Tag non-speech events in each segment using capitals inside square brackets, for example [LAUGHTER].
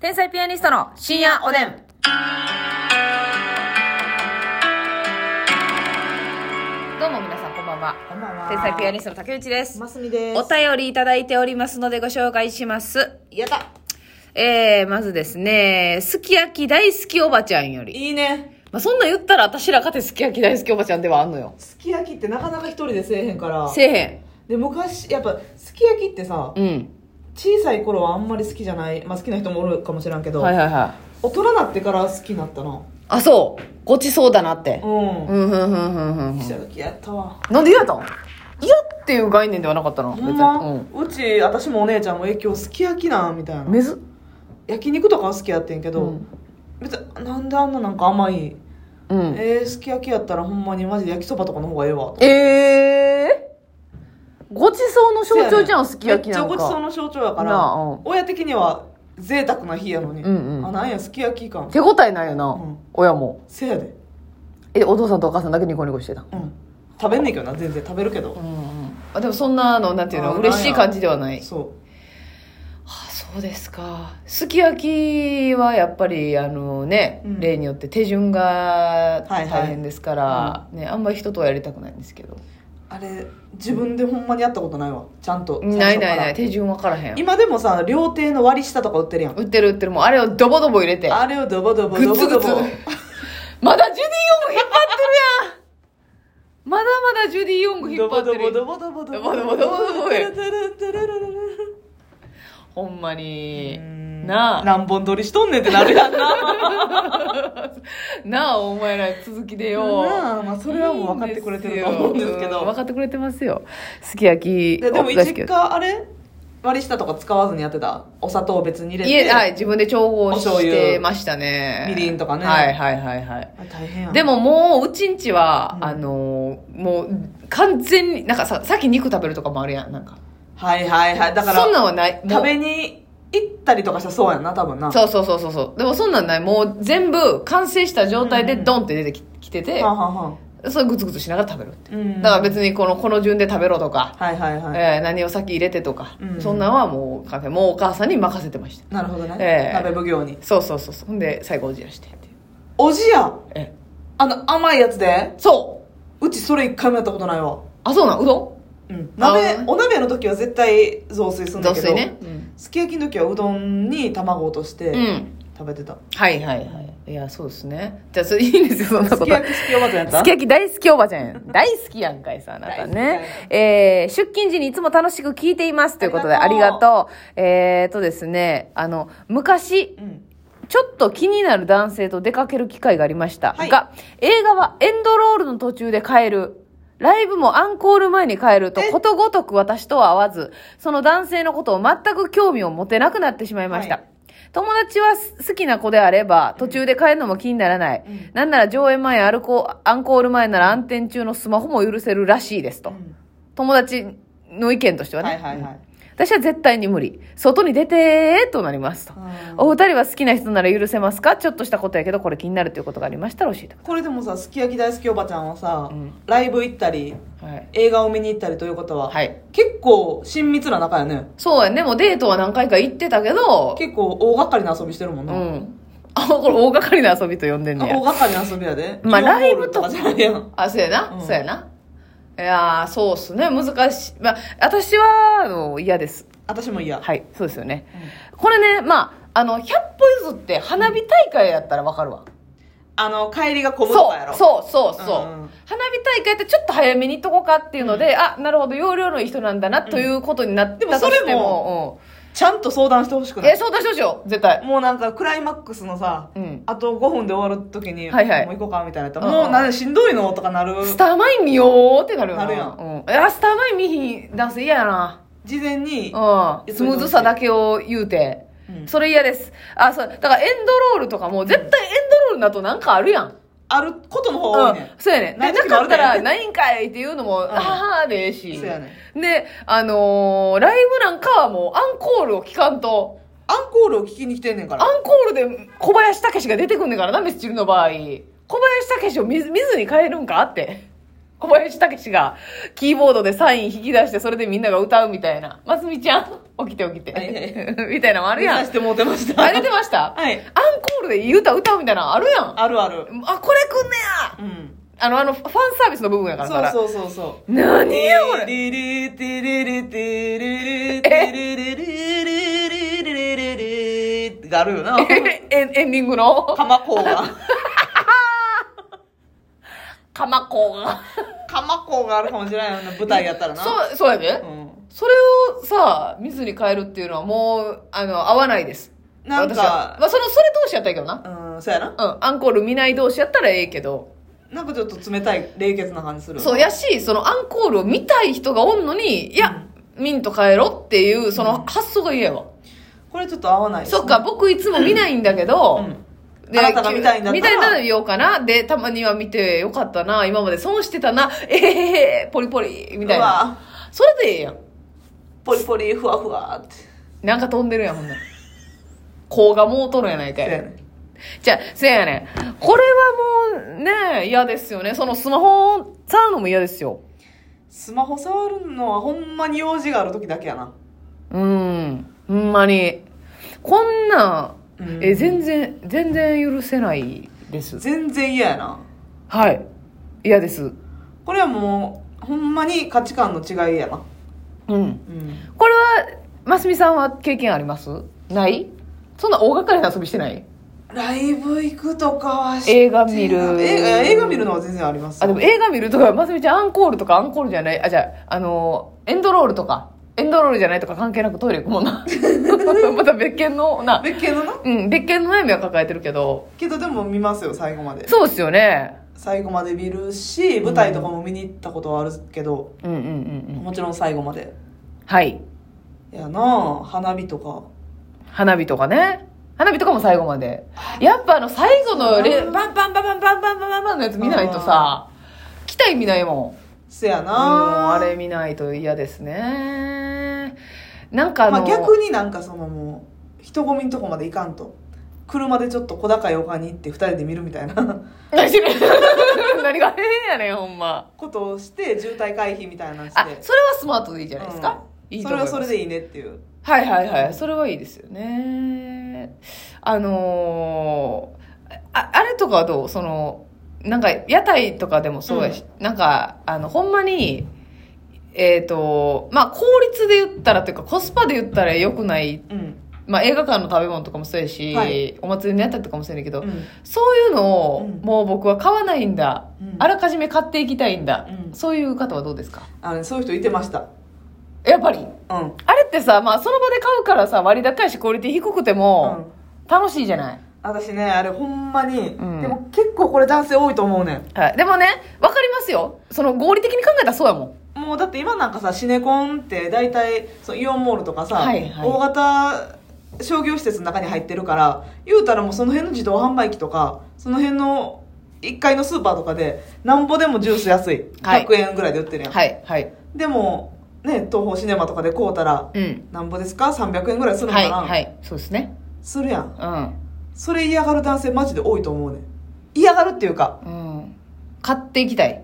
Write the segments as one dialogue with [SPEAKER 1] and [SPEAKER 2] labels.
[SPEAKER 1] 天才ピアニストの深夜おでん。どうも皆さんこんばんは。
[SPEAKER 2] こんばんは
[SPEAKER 1] 天才ピアニストの竹内です。
[SPEAKER 2] ますみです。
[SPEAKER 1] お便りいただいておりますのでご紹介します。
[SPEAKER 2] やった
[SPEAKER 1] えー、まずですね、すき焼き大好きおばちゃんより。
[SPEAKER 2] いいね。
[SPEAKER 1] まあ、そんなん言ったら私らかてすき焼き大好きおばちゃんではあんのよ。
[SPEAKER 2] すき焼きってなかなか一人でせえへんから。
[SPEAKER 1] せえ
[SPEAKER 2] で、昔、やっぱ、すき焼きってさ、
[SPEAKER 1] へん。うん。
[SPEAKER 2] 小さい頃はあんまり好きじゃない。まあ好きな人もおるかもしれんけど、
[SPEAKER 1] はいはいはい。
[SPEAKER 2] 大人になってから好きになったな。
[SPEAKER 1] あ、そう。ごちそうだなって
[SPEAKER 2] う。ん。
[SPEAKER 1] うん、うん、うん、うん、うん。
[SPEAKER 2] すき焼きやったわ。
[SPEAKER 1] なんで嫌だったの嫌っていう概念ではなかったな。別
[SPEAKER 2] ほ
[SPEAKER 1] に
[SPEAKER 2] んま、うち、私もお姉ちゃんも影響すき焼きなんみたいな
[SPEAKER 1] う。ん。めず、
[SPEAKER 2] 焼肉とかは好きやってんけど、
[SPEAKER 1] うん
[SPEAKER 2] 別になんであんななんか甘い。
[SPEAKER 1] うん。
[SPEAKER 2] えー、すき焼きやったらほんまにマジで焼きそばとかの方がええわ。
[SPEAKER 1] ええー。ごちそうの象徴じゃん、すき焼きなんか。
[SPEAKER 2] めっちゃごちそうの象徴やから、
[SPEAKER 1] なあうん
[SPEAKER 2] 親的には贅沢な日やのに、
[SPEAKER 1] うんうん
[SPEAKER 2] あなんやすき焼き感
[SPEAKER 1] 手応えないよな、
[SPEAKER 2] ん
[SPEAKER 1] 親も。
[SPEAKER 2] せやで、
[SPEAKER 1] え、お父さんとお母さんだけニコニコしてた。
[SPEAKER 2] うん、食べんねんけどな全然食べるけど、
[SPEAKER 1] うんうん。あでもそんなの、なんていうの、
[SPEAKER 2] あ
[SPEAKER 1] 嬉しい感じではない。
[SPEAKER 2] そ
[SPEAKER 1] あそうですかすき焼きはやっぱりあのね、
[SPEAKER 2] うん
[SPEAKER 1] 例によって手順が
[SPEAKER 2] はいはい
[SPEAKER 1] 大変ですから、ね、あんまり人とはやりたくないんですけど
[SPEAKER 2] うあれ自分でほんまにやったことないわちゃんと
[SPEAKER 1] ないないない
[SPEAKER 2] 最初から
[SPEAKER 1] 手順分からへん
[SPEAKER 2] 今でもさ料亭の割り下とか売ってるやん
[SPEAKER 1] 売ってる売ってるもうあれをドボドボ入れて
[SPEAKER 2] あれをドボドボ
[SPEAKER 1] グ
[SPEAKER 2] ド
[SPEAKER 1] ツ
[SPEAKER 2] ボ
[SPEAKER 1] グ
[SPEAKER 2] ド
[SPEAKER 1] ツ
[SPEAKER 2] ボ
[SPEAKER 1] [LAUGHS] まだジュディ・ヨング引っ張ってるやんまだまだジュディ・ヨング引
[SPEAKER 2] ド
[SPEAKER 1] っ張
[SPEAKER 2] ボ
[SPEAKER 1] って
[SPEAKER 2] ド
[SPEAKER 1] る
[SPEAKER 2] ボドボドボドボ
[SPEAKER 1] ドボドボドボドボ
[SPEAKER 2] テレテレテレレレレ
[SPEAKER 1] ほんまに
[SPEAKER 2] レうん
[SPEAKER 1] なあ
[SPEAKER 2] 何本撮りしとんねんってなるやんな
[SPEAKER 1] なあお前ら続きでよ
[SPEAKER 2] なあまあそれはもう分かってくれてると思うんですけど
[SPEAKER 1] いいん分かってくれてますよすき焼き
[SPEAKER 2] でで
[SPEAKER 1] お
[SPEAKER 2] も
[SPEAKER 1] 出し
[SPEAKER 2] 実
[SPEAKER 1] けど
[SPEAKER 2] 家あれ割り下とか使わずにやってたお砂糖を別に入れて
[SPEAKER 1] 家はい自分で調合
[SPEAKER 2] お醤
[SPEAKER 1] し
[SPEAKER 2] 油
[SPEAKER 1] てましたね
[SPEAKER 2] みりんとかね
[SPEAKER 1] はいはいはいはい
[SPEAKER 2] あ大変やん
[SPEAKER 1] でももううちんちは、
[SPEAKER 2] うん
[SPEAKER 1] あのーもう完全になんかささっき肉食べるとかもあるやんなんか
[SPEAKER 2] はいはいはいだか
[SPEAKER 1] そんな
[SPEAKER 2] ら
[SPEAKER 1] んはないもう
[SPEAKER 2] 食べに行ったりとかしたらそうやんな多分な
[SPEAKER 1] そうそうそうそうそうでもそんなんないもう全部完成した状態で
[SPEAKER 2] うん
[SPEAKER 1] ドンって出てき,、てて
[SPEAKER 2] はんはんはん
[SPEAKER 1] それグツグツしながら食べるって、
[SPEAKER 2] うん
[SPEAKER 1] だから別にこのこの順で食べろとか、
[SPEAKER 2] はいはいはい、
[SPEAKER 1] えー何を先入れてとか、
[SPEAKER 2] うん
[SPEAKER 1] そんなんはもうカフェもうお母さんに任せてました
[SPEAKER 2] なるほどね、
[SPEAKER 1] ええ
[SPEAKER 2] 鍋奉行に
[SPEAKER 1] そうそうそうそうほんで最後おじらしてっていう
[SPEAKER 2] おじや
[SPEAKER 1] え
[SPEAKER 2] あの甘いやつで
[SPEAKER 1] そう
[SPEAKER 2] うちそれ一回もやったことないわ
[SPEAKER 1] あそうなんうどん
[SPEAKER 2] うん
[SPEAKER 1] あ
[SPEAKER 2] 鍋
[SPEAKER 1] ー
[SPEAKER 2] お鍋の時は絶対雑炊するんだ
[SPEAKER 1] 雑
[SPEAKER 2] け
[SPEAKER 1] 炊
[SPEAKER 2] ど
[SPEAKER 1] ね、
[SPEAKER 2] すき焼きの時はうどんに卵落とし
[SPEAKER 1] う
[SPEAKER 2] て
[SPEAKER 1] ん
[SPEAKER 2] 食べてた、
[SPEAKER 1] はいはいはいいやそうですねじゃあそれいいんですよそんなこ
[SPEAKER 2] す
[SPEAKER 1] と
[SPEAKER 2] き焼き好きおばちゃんやった
[SPEAKER 1] すき焼き大好きおばちゃんやん大好きやんかいさあなたね、えー、出勤時にいつも楽しく聞いていますということであ
[SPEAKER 2] あ
[SPEAKER 1] り
[SPEAKER 2] りが
[SPEAKER 1] が
[SPEAKER 2] とう
[SPEAKER 1] とうえー、とですねあの昔
[SPEAKER 2] うん
[SPEAKER 1] ちょっと気になる男性と出かける機会がありました、
[SPEAKER 2] はい
[SPEAKER 1] が映画はエンドロールの途中で変えるライブもアンコール前に変えると
[SPEAKER 2] え
[SPEAKER 1] ことごとく私とは合わずその男性のことを全く興味を持てなくなってしまいました、
[SPEAKER 2] はい
[SPEAKER 1] 友達は好きな子であれば途中で変えるのも気にならない、
[SPEAKER 2] うん
[SPEAKER 1] なんなら上映前アルコアンコール前なら暗転中のスマホも許せるらしいですと、
[SPEAKER 2] うん
[SPEAKER 1] 友達の意見としてはね、
[SPEAKER 2] はいはいは
[SPEAKER 1] うん
[SPEAKER 2] い、
[SPEAKER 1] 私は絶対に無理外に出てーとなりますと、
[SPEAKER 2] うん
[SPEAKER 1] お二人は好きな人なら許せますかちょっとしたことやけどこれ気になるということがありましたら教えてく
[SPEAKER 2] これでもさすき焼き大好きおばちゃんはさ、
[SPEAKER 1] うん
[SPEAKER 2] ライブ行ったり
[SPEAKER 1] ださいはい、
[SPEAKER 2] 映画を見に行ったりということは、
[SPEAKER 1] はい、
[SPEAKER 2] 結構親密な仲やね
[SPEAKER 1] そうやねもうデートは何回か行ってたけど
[SPEAKER 2] 結構大掛かりな遊びしてるもん
[SPEAKER 1] う
[SPEAKER 2] な、
[SPEAKER 1] んあこれ大掛かりな遊びと呼んでん
[SPEAKER 2] あ
[SPEAKER 1] ね
[SPEAKER 2] 大
[SPEAKER 1] や
[SPEAKER 2] 掛かりな遊びやで
[SPEAKER 1] まあ
[SPEAKER 2] イオンモール
[SPEAKER 1] ライブと
[SPEAKER 2] かじゃないやん
[SPEAKER 1] あそうやな、
[SPEAKER 2] うん
[SPEAKER 1] そうやないやーそうっすね難しい、まあ、私はあの嫌です
[SPEAKER 2] 私も嫌、
[SPEAKER 1] はいそうですよね、これねまああの100歩譲って花火大会やったらわかるわ、
[SPEAKER 2] あの帰りが混むと
[SPEAKER 1] そ
[SPEAKER 2] かやろ
[SPEAKER 1] うそうそうそう、
[SPEAKER 2] うんうん
[SPEAKER 1] 花火大会ってちょっと早めに行っとこうかっていうので、あなるほど容量のいい人なんだなということになった
[SPEAKER 2] でも
[SPEAKER 1] と
[SPEAKER 2] それも
[SPEAKER 1] しても,、
[SPEAKER 2] ちゃんと相談してほし
[SPEAKER 1] う
[SPEAKER 2] く
[SPEAKER 1] ん
[SPEAKER 2] ない
[SPEAKER 1] えそうだしようしよう絶対
[SPEAKER 2] もうなんかクライマックスのさ、
[SPEAKER 1] うん
[SPEAKER 2] あと5分で終わる時に、
[SPEAKER 1] はいはい
[SPEAKER 2] もう行こうかみたいなやったら
[SPEAKER 1] うんうん
[SPEAKER 2] もうなんでしんどいのとかなる
[SPEAKER 1] スターマイン見ようってなるよな
[SPEAKER 2] なるやん
[SPEAKER 1] うん、えあスターマイン見ひんダンス嫌やな
[SPEAKER 2] 事前に、
[SPEAKER 1] うん、スムーズさだけを言うて、
[SPEAKER 2] うん
[SPEAKER 1] それ嫌ですあそうだからエンドロールとかも絶対エンドロールだとなんかあるやん
[SPEAKER 2] あることの方
[SPEAKER 1] う
[SPEAKER 2] が多い
[SPEAKER 1] ん
[SPEAKER 2] ね、
[SPEAKER 1] そうやね。で、
[SPEAKER 2] ない
[SPEAKER 1] な
[SPEAKER 2] 時もあ
[SPEAKER 1] か
[SPEAKER 2] る
[SPEAKER 1] った、
[SPEAKER 2] かららね
[SPEAKER 1] ないんかいっていうのも、ああでええし。
[SPEAKER 2] そうやね
[SPEAKER 1] で、あのーライブなんかはもうアンコールを聞かんと、
[SPEAKER 2] アンコールを聞きに来てんねんか
[SPEAKER 1] ア
[SPEAKER 2] ら
[SPEAKER 1] ンコールで小林武史が出てくんねんからな、ミスチルの場合。小林武史を見ず見ずに変えるんかって。小林武史がキーボードでサイン引き出して、それでみんなが歌うみたいな。ますみちゃん。起きて起きて、
[SPEAKER 2] はいは
[SPEAKER 1] みたいなのあるや
[SPEAKER 2] 出
[SPEAKER 1] ん
[SPEAKER 2] させてもうてました
[SPEAKER 1] あれ出ました、
[SPEAKER 2] はい
[SPEAKER 1] アンコールでいい歌歌うみたいなのあるやんあ
[SPEAKER 2] あるあ
[SPEAKER 1] こ
[SPEAKER 2] る
[SPEAKER 1] れくんねや
[SPEAKER 2] うん
[SPEAKER 1] あのあのファンサービスの部分やから
[SPEAKER 2] そう
[SPEAKER 1] う
[SPEAKER 2] そうそうそう
[SPEAKER 1] 何やこれ
[SPEAKER 2] リリリテリリテリリ
[SPEAKER 1] え
[SPEAKER 2] テリリリリリリリリがあるよな
[SPEAKER 1] エンエンディングの
[SPEAKER 2] 鎌子が
[SPEAKER 1] 鎌子が
[SPEAKER 2] 鎌子があるかもしれないよな舞台やったらな
[SPEAKER 1] そうそうやで、
[SPEAKER 2] うん
[SPEAKER 1] それをさ水に変えるっていうのはもうあの合わないです
[SPEAKER 2] なん
[SPEAKER 1] 私はま
[SPEAKER 2] か
[SPEAKER 1] あ、そのそれ同士やったらいいけどな
[SPEAKER 2] うんそうやな
[SPEAKER 1] うんアンコール見ない同士やったらええけど
[SPEAKER 2] なんかちょっと冷たい冷血な感じする
[SPEAKER 1] そうやし、そのアンコールを見たい人がおんのに、いや、ミント帰ろっていう、その発想が嫌やわ。
[SPEAKER 2] これちょっと合わないですね
[SPEAKER 1] そっか、僕いつも見ないんだけ
[SPEAKER 2] う
[SPEAKER 1] ど、
[SPEAKER 2] んあなたが見たいんだったら
[SPEAKER 1] 見たいなら見ようかな。で、たまには見てよかったな。今まで損してたな。えへへへ、ポリポリ、みたいうな。
[SPEAKER 2] わ
[SPEAKER 1] それでええやん。
[SPEAKER 2] ポリポリふわふわって
[SPEAKER 1] なんか飛んでるやん、ほんなら。甲がもうとるやないか
[SPEAKER 2] そうや
[SPEAKER 1] い。
[SPEAKER 2] ね
[SPEAKER 1] じゃあ、せやねん。これはもうね、嫌ですよね。そのスマホを触るのも嫌ですよ。
[SPEAKER 2] スマホ触るのはほんまに用事がある時だけやな
[SPEAKER 1] うん、ほんまに。こんなん、
[SPEAKER 2] うん
[SPEAKER 1] え、全然、全然許せないです。
[SPEAKER 2] 全然嫌やな
[SPEAKER 1] はい。嫌です。
[SPEAKER 2] これはもうほんまに価値観の違いやな
[SPEAKER 1] うん。
[SPEAKER 2] うん
[SPEAKER 1] これは、ますみさんは経験ありますないそんな大掛かりな遊びしてない
[SPEAKER 2] ライブ行くとかはして
[SPEAKER 1] 映画見る。
[SPEAKER 2] 映画映画見るのは全然あります
[SPEAKER 1] あ、でも映画見るとか、ますみちゃんアンコールとかアンコールじゃない、あ、じゃあ、あのーエンドロールとか、エンドロールじゃないとか関係なくトイレ行くもんな。 [LAUGHS] また別件の、な、
[SPEAKER 2] 別件のな
[SPEAKER 1] うん、別件の悩みは抱えてるけど、
[SPEAKER 2] けどでも見ますよ最後まで
[SPEAKER 1] そうですよね。
[SPEAKER 2] 最後まで見るし舞台とかも見に行ったことはあるけど、
[SPEAKER 1] うんうんうんうん。
[SPEAKER 2] もちろん最後まで
[SPEAKER 1] はい。
[SPEAKER 2] やな花火とか
[SPEAKER 1] 花火とかね花火とかも最後までやっぱあの最後のレバンバンバンバンバンバンバンバンバンのやつ見ないとさ来た意味ないもんもう
[SPEAKER 2] せやな
[SPEAKER 1] あれ見ないと嫌ですねなんかあの、
[SPEAKER 2] まあ、逆になんかそのもう人混みのとこまで行かんと車でちょっと小高い丘に行って2人で見るみたいな
[SPEAKER 1] 何してる [LAUGHS] 何が変やねんほんま
[SPEAKER 2] ことをして渋滞回避みたいなのして
[SPEAKER 1] あそれはスマートでいいじゃないですか、
[SPEAKER 2] うん
[SPEAKER 1] いいと
[SPEAKER 2] そ
[SPEAKER 1] 思い
[SPEAKER 2] れ
[SPEAKER 1] ま
[SPEAKER 2] は
[SPEAKER 1] す
[SPEAKER 2] それでいいねっていう
[SPEAKER 1] はいはいはいそれはいいですよねあのーああれとかはどうそのなんか屋台とかでもそうやし、なんかあのほんまにえっ、とまあ効率で言ったらというかコスパで言ったら良くない、
[SPEAKER 2] うん、
[SPEAKER 1] まあ、映画館の食べ物とかもそうやし、
[SPEAKER 2] はい
[SPEAKER 1] お祭りの屋台とかもそうやねんけど、
[SPEAKER 2] うん
[SPEAKER 1] そういうのを、
[SPEAKER 2] うん
[SPEAKER 1] もう僕は買わないんだ、
[SPEAKER 2] うん
[SPEAKER 1] あらかじめ買っていきたいんだ、
[SPEAKER 2] うん
[SPEAKER 1] そういう方はどうですか
[SPEAKER 2] あのそういう人いてました
[SPEAKER 1] やっぱり
[SPEAKER 2] うん
[SPEAKER 1] あれってさ、まあ、その場で買うからさ割高いしクオリティ低くても、
[SPEAKER 2] うん
[SPEAKER 1] 楽しいじゃない、
[SPEAKER 2] 私ねあれほんまに、
[SPEAKER 1] ん
[SPEAKER 2] でも結構これ男性多いと思うね
[SPEAKER 1] はい、でもね分かりますよその合理的に考えたらそうやもん
[SPEAKER 2] んもうだって今なんかさシネコンって大体そうイオンモールとかさ、
[SPEAKER 1] はいはい
[SPEAKER 2] 大型商業施設の中に入ってるから言うたらもうその辺の自動販売機とかその辺の1階のスーパーとかでなんぼでもジュース安い
[SPEAKER 1] はい
[SPEAKER 2] 100円ぐらいで売ってるやん、
[SPEAKER 1] はいはい
[SPEAKER 2] でもね東宝シネマとかで買うたら
[SPEAKER 1] うん
[SPEAKER 2] なんぼですか300円ぐらいするの
[SPEAKER 1] は
[SPEAKER 2] か
[SPEAKER 1] い
[SPEAKER 2] な、
[SPEAKER 1] はいそうですね
[SPEAKER 2] するやん
[SPEAKER 1] うん、
[SPEAKER 2] それ嫌がる男性マジで多いと思うねん嫌がるっていうか
[SPEAKER 1] うん、買っていきたい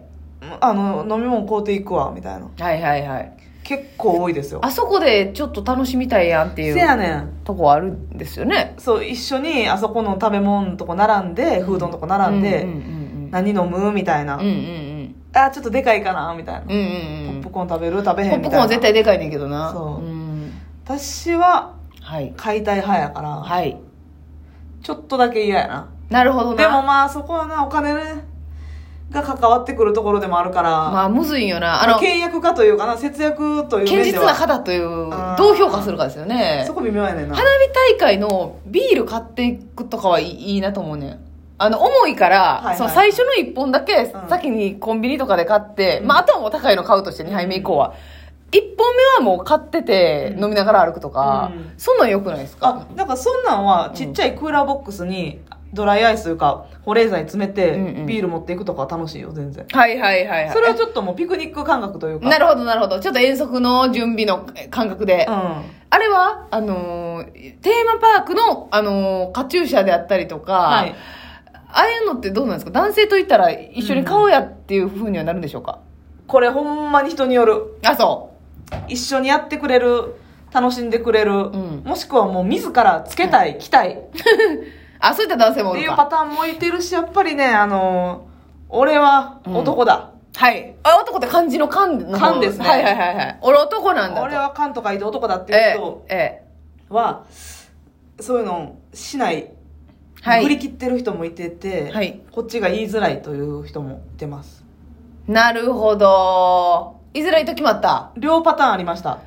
[SPEAKER 2] あの飲み物買うていくわみたいな
[SPEAKER 1] はいはいはい
[SPEAKER 2] 結構多いですよ
[SPEAKER 1] あそこでちょっと楽しみたいやんって
[SPEAKER 2] せ
[SPEAKER 1] いう
[SPEAKER 2] やねん
[SPEAKER 1] とこあるんですよね
[SPEAKER 2] そう一緒にあそこの食べ物のとこ並んでフードのとこ並んで、
[SPEAKER 1] うんうん
[SPEAKER 2] 何飲むみたいな、
[SPEAKER 1] うんうんうん
[SPEAKER 2] あちょっとでかいかなみたいな、
[SPEAKER 1] うんうんうんうん
[SPEAKER 2] ポップコーン食べる食べへ
[SPEAKER 1] ポ
[SPEAKER 2] ん
[SPEAKER 1] ッ
[SPEAKER 2] み
[SPEAKER 1] プコーンはい
[SPEAKER 2] たな
[SPEAKER 1] 絶対でかいねんけどな
[SPEAKER 2] そう
[SPEAKER 1] うん
[SPEAKER 2] 私は
[SPEAKER 1] はい
[SPEAKER 2] 解体派やから、
[SPEAKER 1] はい
[SPEAKER 2] ちょっとだけ嫌やな
[SPEAKER 1] なるほどな
[SPEAKER 2] でもまあそこはなお金、が関わってくるところでもあるから、
[SPEAKER 1] まあむずいんよなあの
[SPEAKER 2] 契約かというかな節約という
[SPEAKER 1] 堅
[SPEAKER 2] 面で
[SPEAKER 1] 実
[SPEAKER 2] は
[SPEAKER 1] な方という
[SPEAKER 2] あー
[SPEAKER 1] どう評価するかですよね
[SPEAKER 2] そこ微妙やねんな
[SPEAKER 1] 花火大会のビール買っていくとかはいいいいなと思うねん。あの、重いから、
[SPEAKER 2] いはい
[SPEAKER 1] その最初の1本だけ
[SPEAKER 2] うん
[SPEAKER 1] 先にコンビニとかで買って、
[SPEAKER 2] うん
[SPEAKER 1] まあ、あとはもう高いの買うとして2杯目以降は。1本目はもう買ってて
[SPEAKER 2] うん
[SPEAKER 1] 飲みながら歩くとか、
[SPEAKER 2] うん
[SPEAKER 1] そんなん良くないですか
[SPEAKER 2] あだからそんなんは
[SPEAKER 1] ん
[SPEAKER 2] ちっちゃいクーラーボックスにドライアイスというか保冷剤詰めて
[SPEAKER 1] うんうん
[SPEAKER 2] ビール持っていくとかは楽しいよ全然
[SPEAKER 1] はいはいはいはい。
[SPEAKER 2] それはちょっともうピクニック感覚というか
[SPEAKER 1] なるほどなるほど。ちょっと遠足の準備の感覚で。
[SPEAKER 2] う
[SPEAKER 1] あれは、あのーテーマパークの、あのーカチューシャであったりとか、
[SPEAKER 2] はい
[SPEAKER 1] ああいうのってどうなんですか男性と言ったら一緒に買おうやっていうふうにはなるんでしょうか、
[SPEAKER 2] んこれほんまに人による
[SPEAKER 1] あ、そ
[SPEAKER 2] 一緒にやってくれる楽しんでくれる、
[SPEAKER 1] ん
[SPEAKER 2] もしくはもう自らつけたい、着たいっ
[SPEAKER 1] あ、そういった男性もお
[SPEAKER 2] て
[SPEAKER 1] る
[SPEAKER 2] いう
[SPEAKER 1] か。
[SPEAKER 2] パターンもいてるし、やっぱりね、あの俺は男だ。
[SPEAKER 1] はい。あ、男って漢字の漢の方
[SPEAKER 2] 漢ですね
[SPEAKER 1] はいはいはいはい。俺男なんだと。
[SPEAKER 2] 俺は缶とかいて男だっていう
[SPEAKER 1] え
[SPEAKER 2] 人
[SPEAKER 1] え、え
[SPEAKER 2] は、そういうのしない、
[SPEAKER 1] え。は
[SPEAKER 2] 振り
[SPEAKER 1] い。
[SPEAKER 2] 切ってる人もいてて、
[SPEAKER 1] はい
[SPEAKER 2] こっちが言いづらいという人もいてます。
[SPEAKER 1] なるほど。いずれいと決まった。
[SPEAKER 2] 両パターンありました。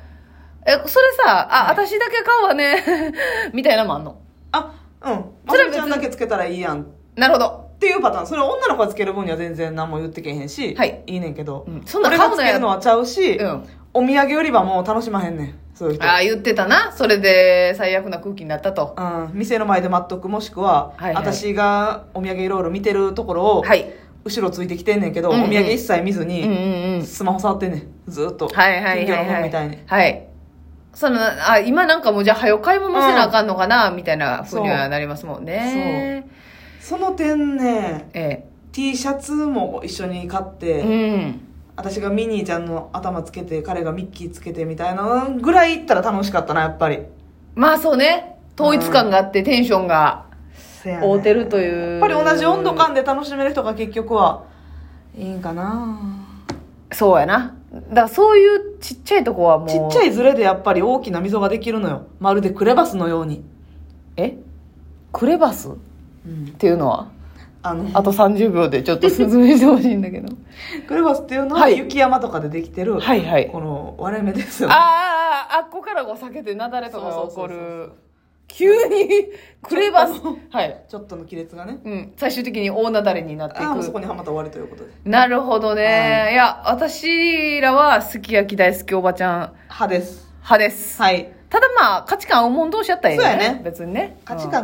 [SPEAKER 1] え、それさ、あ、私だけ買うわね。 [LAUGHS] みたいなのもあんの。
[SPEAKER 2] あ、うん。ま
[SPEAKER 1] それは
[SPEAKER 2] さ
[SPEAKER 1] 別に
[SPEAKER 2] みちゃんだけつけたらいいやんっ
[SPEAKER 1] なるほど。
[SPEAKER 2] ていうパターン。それは女の子がつける分には全然何も言ってけへんし、
[SPEAKER 1] はい、
[SPEAKER 2] いいねんけど。
[SPEAKER 1] うんそんな
[SPEAKER 2] 俺
[SPEAKER 1] 買
[SPEAKER 2] が
[SPEAKER 1] う
[SPEAKER 2] つ
[SPEAKER 1] の
[SPEAKER 2] け
[SPEAKER 1] や
[SPEAKER 2] るのはちゃうし、
[SPEAKER 1] うん。
[SPEAKER 2] お土産売り場も楽しまへんねん。そういう人。
[SPEAKER 1] ああ、言ってたな。それで最悪な空気になったと。
[SPEAKER 2] うん、店の前で待っとくもしくは、
[SPEAKER 1] はいはい
[SPEAKER 2] 私がお土産いろいろ見てるところを、
[SPEAKER 1] はい。
[SPEAKER 2] 後ろついてきてんねんけど、
[SPEAKER 1] うんうん
[SPEAKER 2] お土産一切見ず
[SPEAKER 1] うん
[SPEAKER 2] に、
[SPEAKER 1] うんうん。
[SPEAKER 2] スマホ触ってんねんずーっと
[SPEAKER 1] はいはい
[SPEAKER 2] 金魚
[SPEAKER 1] は
[SPEAKER 2] の
[SPEAKER 1] いは
[SPEAKER 2] 本
[SPEAKER 1] い。
[SPEAKER 2] みたいに
[SPEAKER 1] はい。その、あ、今なんかもうじゃあ、早買い物せなあかんのかな、みたいなふうにはなりますもんね。
[SPEAKER 2] その点ね
[SPEAKER 1] え
[SPEAKER 2] T シャツも一緒に買っ
[SPEAKER 1] え。
[SPEAKER 2] て、
[SPEAKER 1] うん。
[SPEAKER 2] 私がミニーちゃんの頭つけて彼がミッキーつけてみたいなぐらいいったら楽しかったなやっぱり
[SPEAKER 1] まあそうね。統一感があって、テンションが
[SPEAKER 2] せやね
[SPEAKER 1] 合うてるという。
[SPEAKER 2] やっぱり同じ温度感で楽しめる人が結局はいいんかな
[SPEAKER 1] そうやな。だからそういうちっちゃいとこはもう。
[SPEAKER 2] ちっちゃ
[SPEAKER 1] い。
[SPEAKER 2] いズレでやっぱり大きな溝ができるのよまるでクレバスのように、
[SPEAKER 1] えクレバスっ
[SPEAKER 2] うん、
[SPEAKER 1] ていうのは
[SPEAKER 2] あの
[SPEAKER 1] あと30秒でちょっと説明してほしいんだけ
[SPEAKER 2] [LAUGHS]
[SPEAKER 1] ど。
[SPEAKER 2] クレバスっていうのは
[SPEAKER 1] はい
[SPEAKER 2] 雪山とかでできてる、
[SPEAKER 1] はいはい。
[SPEAKER 2] この割れ目ですよね
[SPEAKER 1] ああ、あっこからお酒で雪崩とかが起こ
[SPEAKER 2] そうそうそうそ
[SPEAKER 1] る。急
[SPEAKER 2] [LAUGHS]
[SPEAKER 1] に、クレバス
[SPEAKER 2] ちょっと。
[SPEAKER 1] はい。
[SPEAKER 2] ちょっとの亀裂がね
[SPEAKER 1] うん。最終的に大雪崩になってい
[SPEAKER 2] ああもうそこ
[SPEAKER 1] く。
[SPEAKER 2] にはまた終わりということで
[SPEAKER 1] なるほどね。いや、私らはすき焼き大好きおばちゃん
[SPEAKER 2] 歯です
[SPEAKER 1] 派です。
[SPEAKER 2] はい
[SPEAKER 1] ただまあ、価値観はおもん同士やったらいいよ
[SPEAKER 2] そうやね
[SPEAKER 1] 別にね。
[SPEAKER 2] 価値観